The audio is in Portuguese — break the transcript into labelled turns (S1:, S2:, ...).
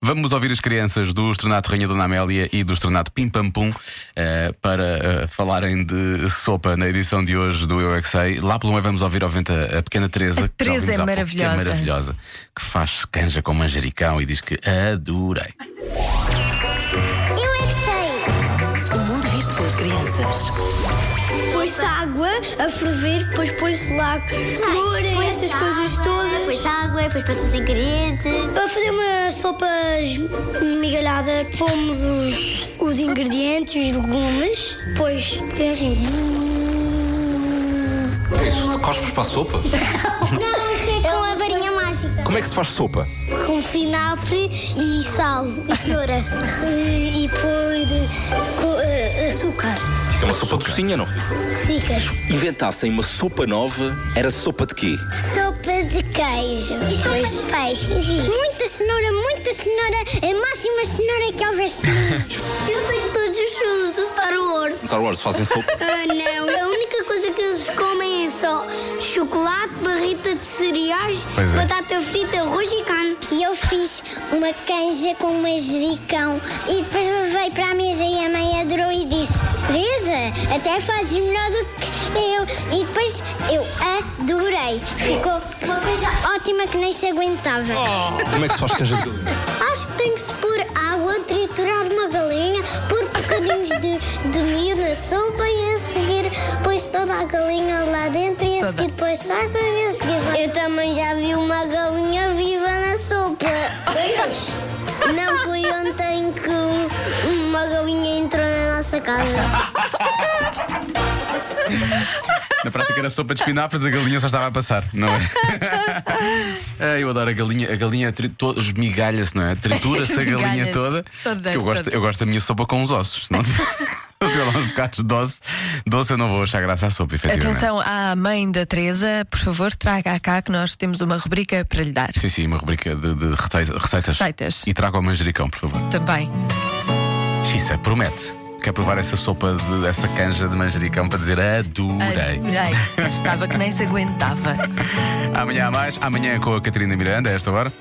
S1: Vamos ouvir as crianças do Estrenato Rainha Dona Amélia e do Estrenato Pim Pam Pum eh, para eh, falarem de sopa na edição de hoje do Eu é Que Sei. Lá pelo meio vamos ouvir, obviamente, a, a pequena Teresa.
S2: A
S1: que já
S2: Teresa
S1: ouvimos
S2: é
S1: há pouco,
S2: maravilhosa.
S1: Que é maravilhosa. Que faz canja com manjericão e diz que adorei.
S3: Eu é que sei!
S4: O mundo visto pelas crianças.
S5: Põe-se água a ferver, depois põe-se lá cenoura
S3: é
S5: e essas coisas todas.
S3: Depois água, depois é? passas ingredientes.
S5: Para fazer uma sopa migalhada, pomos os, os ingredientes, os legumes, depois um é assim.
S6: É isso? Cospes para a sopa?
S3: Não, isso é com a varinha mágica.
S6: Como é que se faz sopa?
S3: Com vinagre e sal e cenoura. e e pôr co- eh, açúcar.
S6: É uma sopa docinha, não?
S3: Fica.
S6: Inventassem uma sopa nova, era sopa de quê?
S3: Sopa de queijo. E sopa de peixe. Muita cenoura, muita cenoura. A máxima cenoura que houver cenoura. Eu tenho todos os filmes do Star Wars.
S6: Star Wars fazem sopa.
S3: Ah, não. A única coisa que eles comem é só chocolate, barrita de cereais,
S1: Pois é.
S3: batata frita, arroz e carne. E eu fiz uma canja com manjericão e depois levei para a mesa e a mãe adorou e disse: Teresa, até fazes melhor do que eu. E depois eu adorei. Ficou uma coisa ótima que nem se aguentava.
S6: Como é que se faz canja de galinha?
S3: Acho que tem que se pôr água, triturar uma galinha, pôr bocadinhos de, de milho na sopa e a seguir pôs toda a galinha lá dentro e a seguir pôs água e a seguir... vai- Eu também já vi uma galinha viva na sopa. Não foi ontem que um- uma galinha entrou na nossa casa.
S1: Na prática era sopa de espinafres, a galinha só estava a passar, não é? Ah, eu adoro a galinha, a galinha tri- to- esmigalha-se, não é? Tritura-se a galinha
S2: Esmigalha-se
S1: toda.
S2: toda,
S1: que eu, gosto,
S2: toda.
S1: eu gosto da minha sopa com os ossos, não Tem lá uns bocados doce, doce eu não vou achar graça à sopa, efetivamente.
S2: Atenção à mãe da Teresa, por favor, traga cá que nós temos uma rubrica para lhe dar.
S1: Sim, sim, uma rubrica de, de retais- receitas.
S2: Receitas.
S1: E traga o manjericão, por favor.
S2: Também.
S1: Xissa, promete. Quer provar essa sopa, de, essa canja de manjericão para dizer adorei.
S2: Adorei. Estava que nem se aguentava.
S1: Amanhã há mais, amanhã com a Catarina Miranda, a esta hora.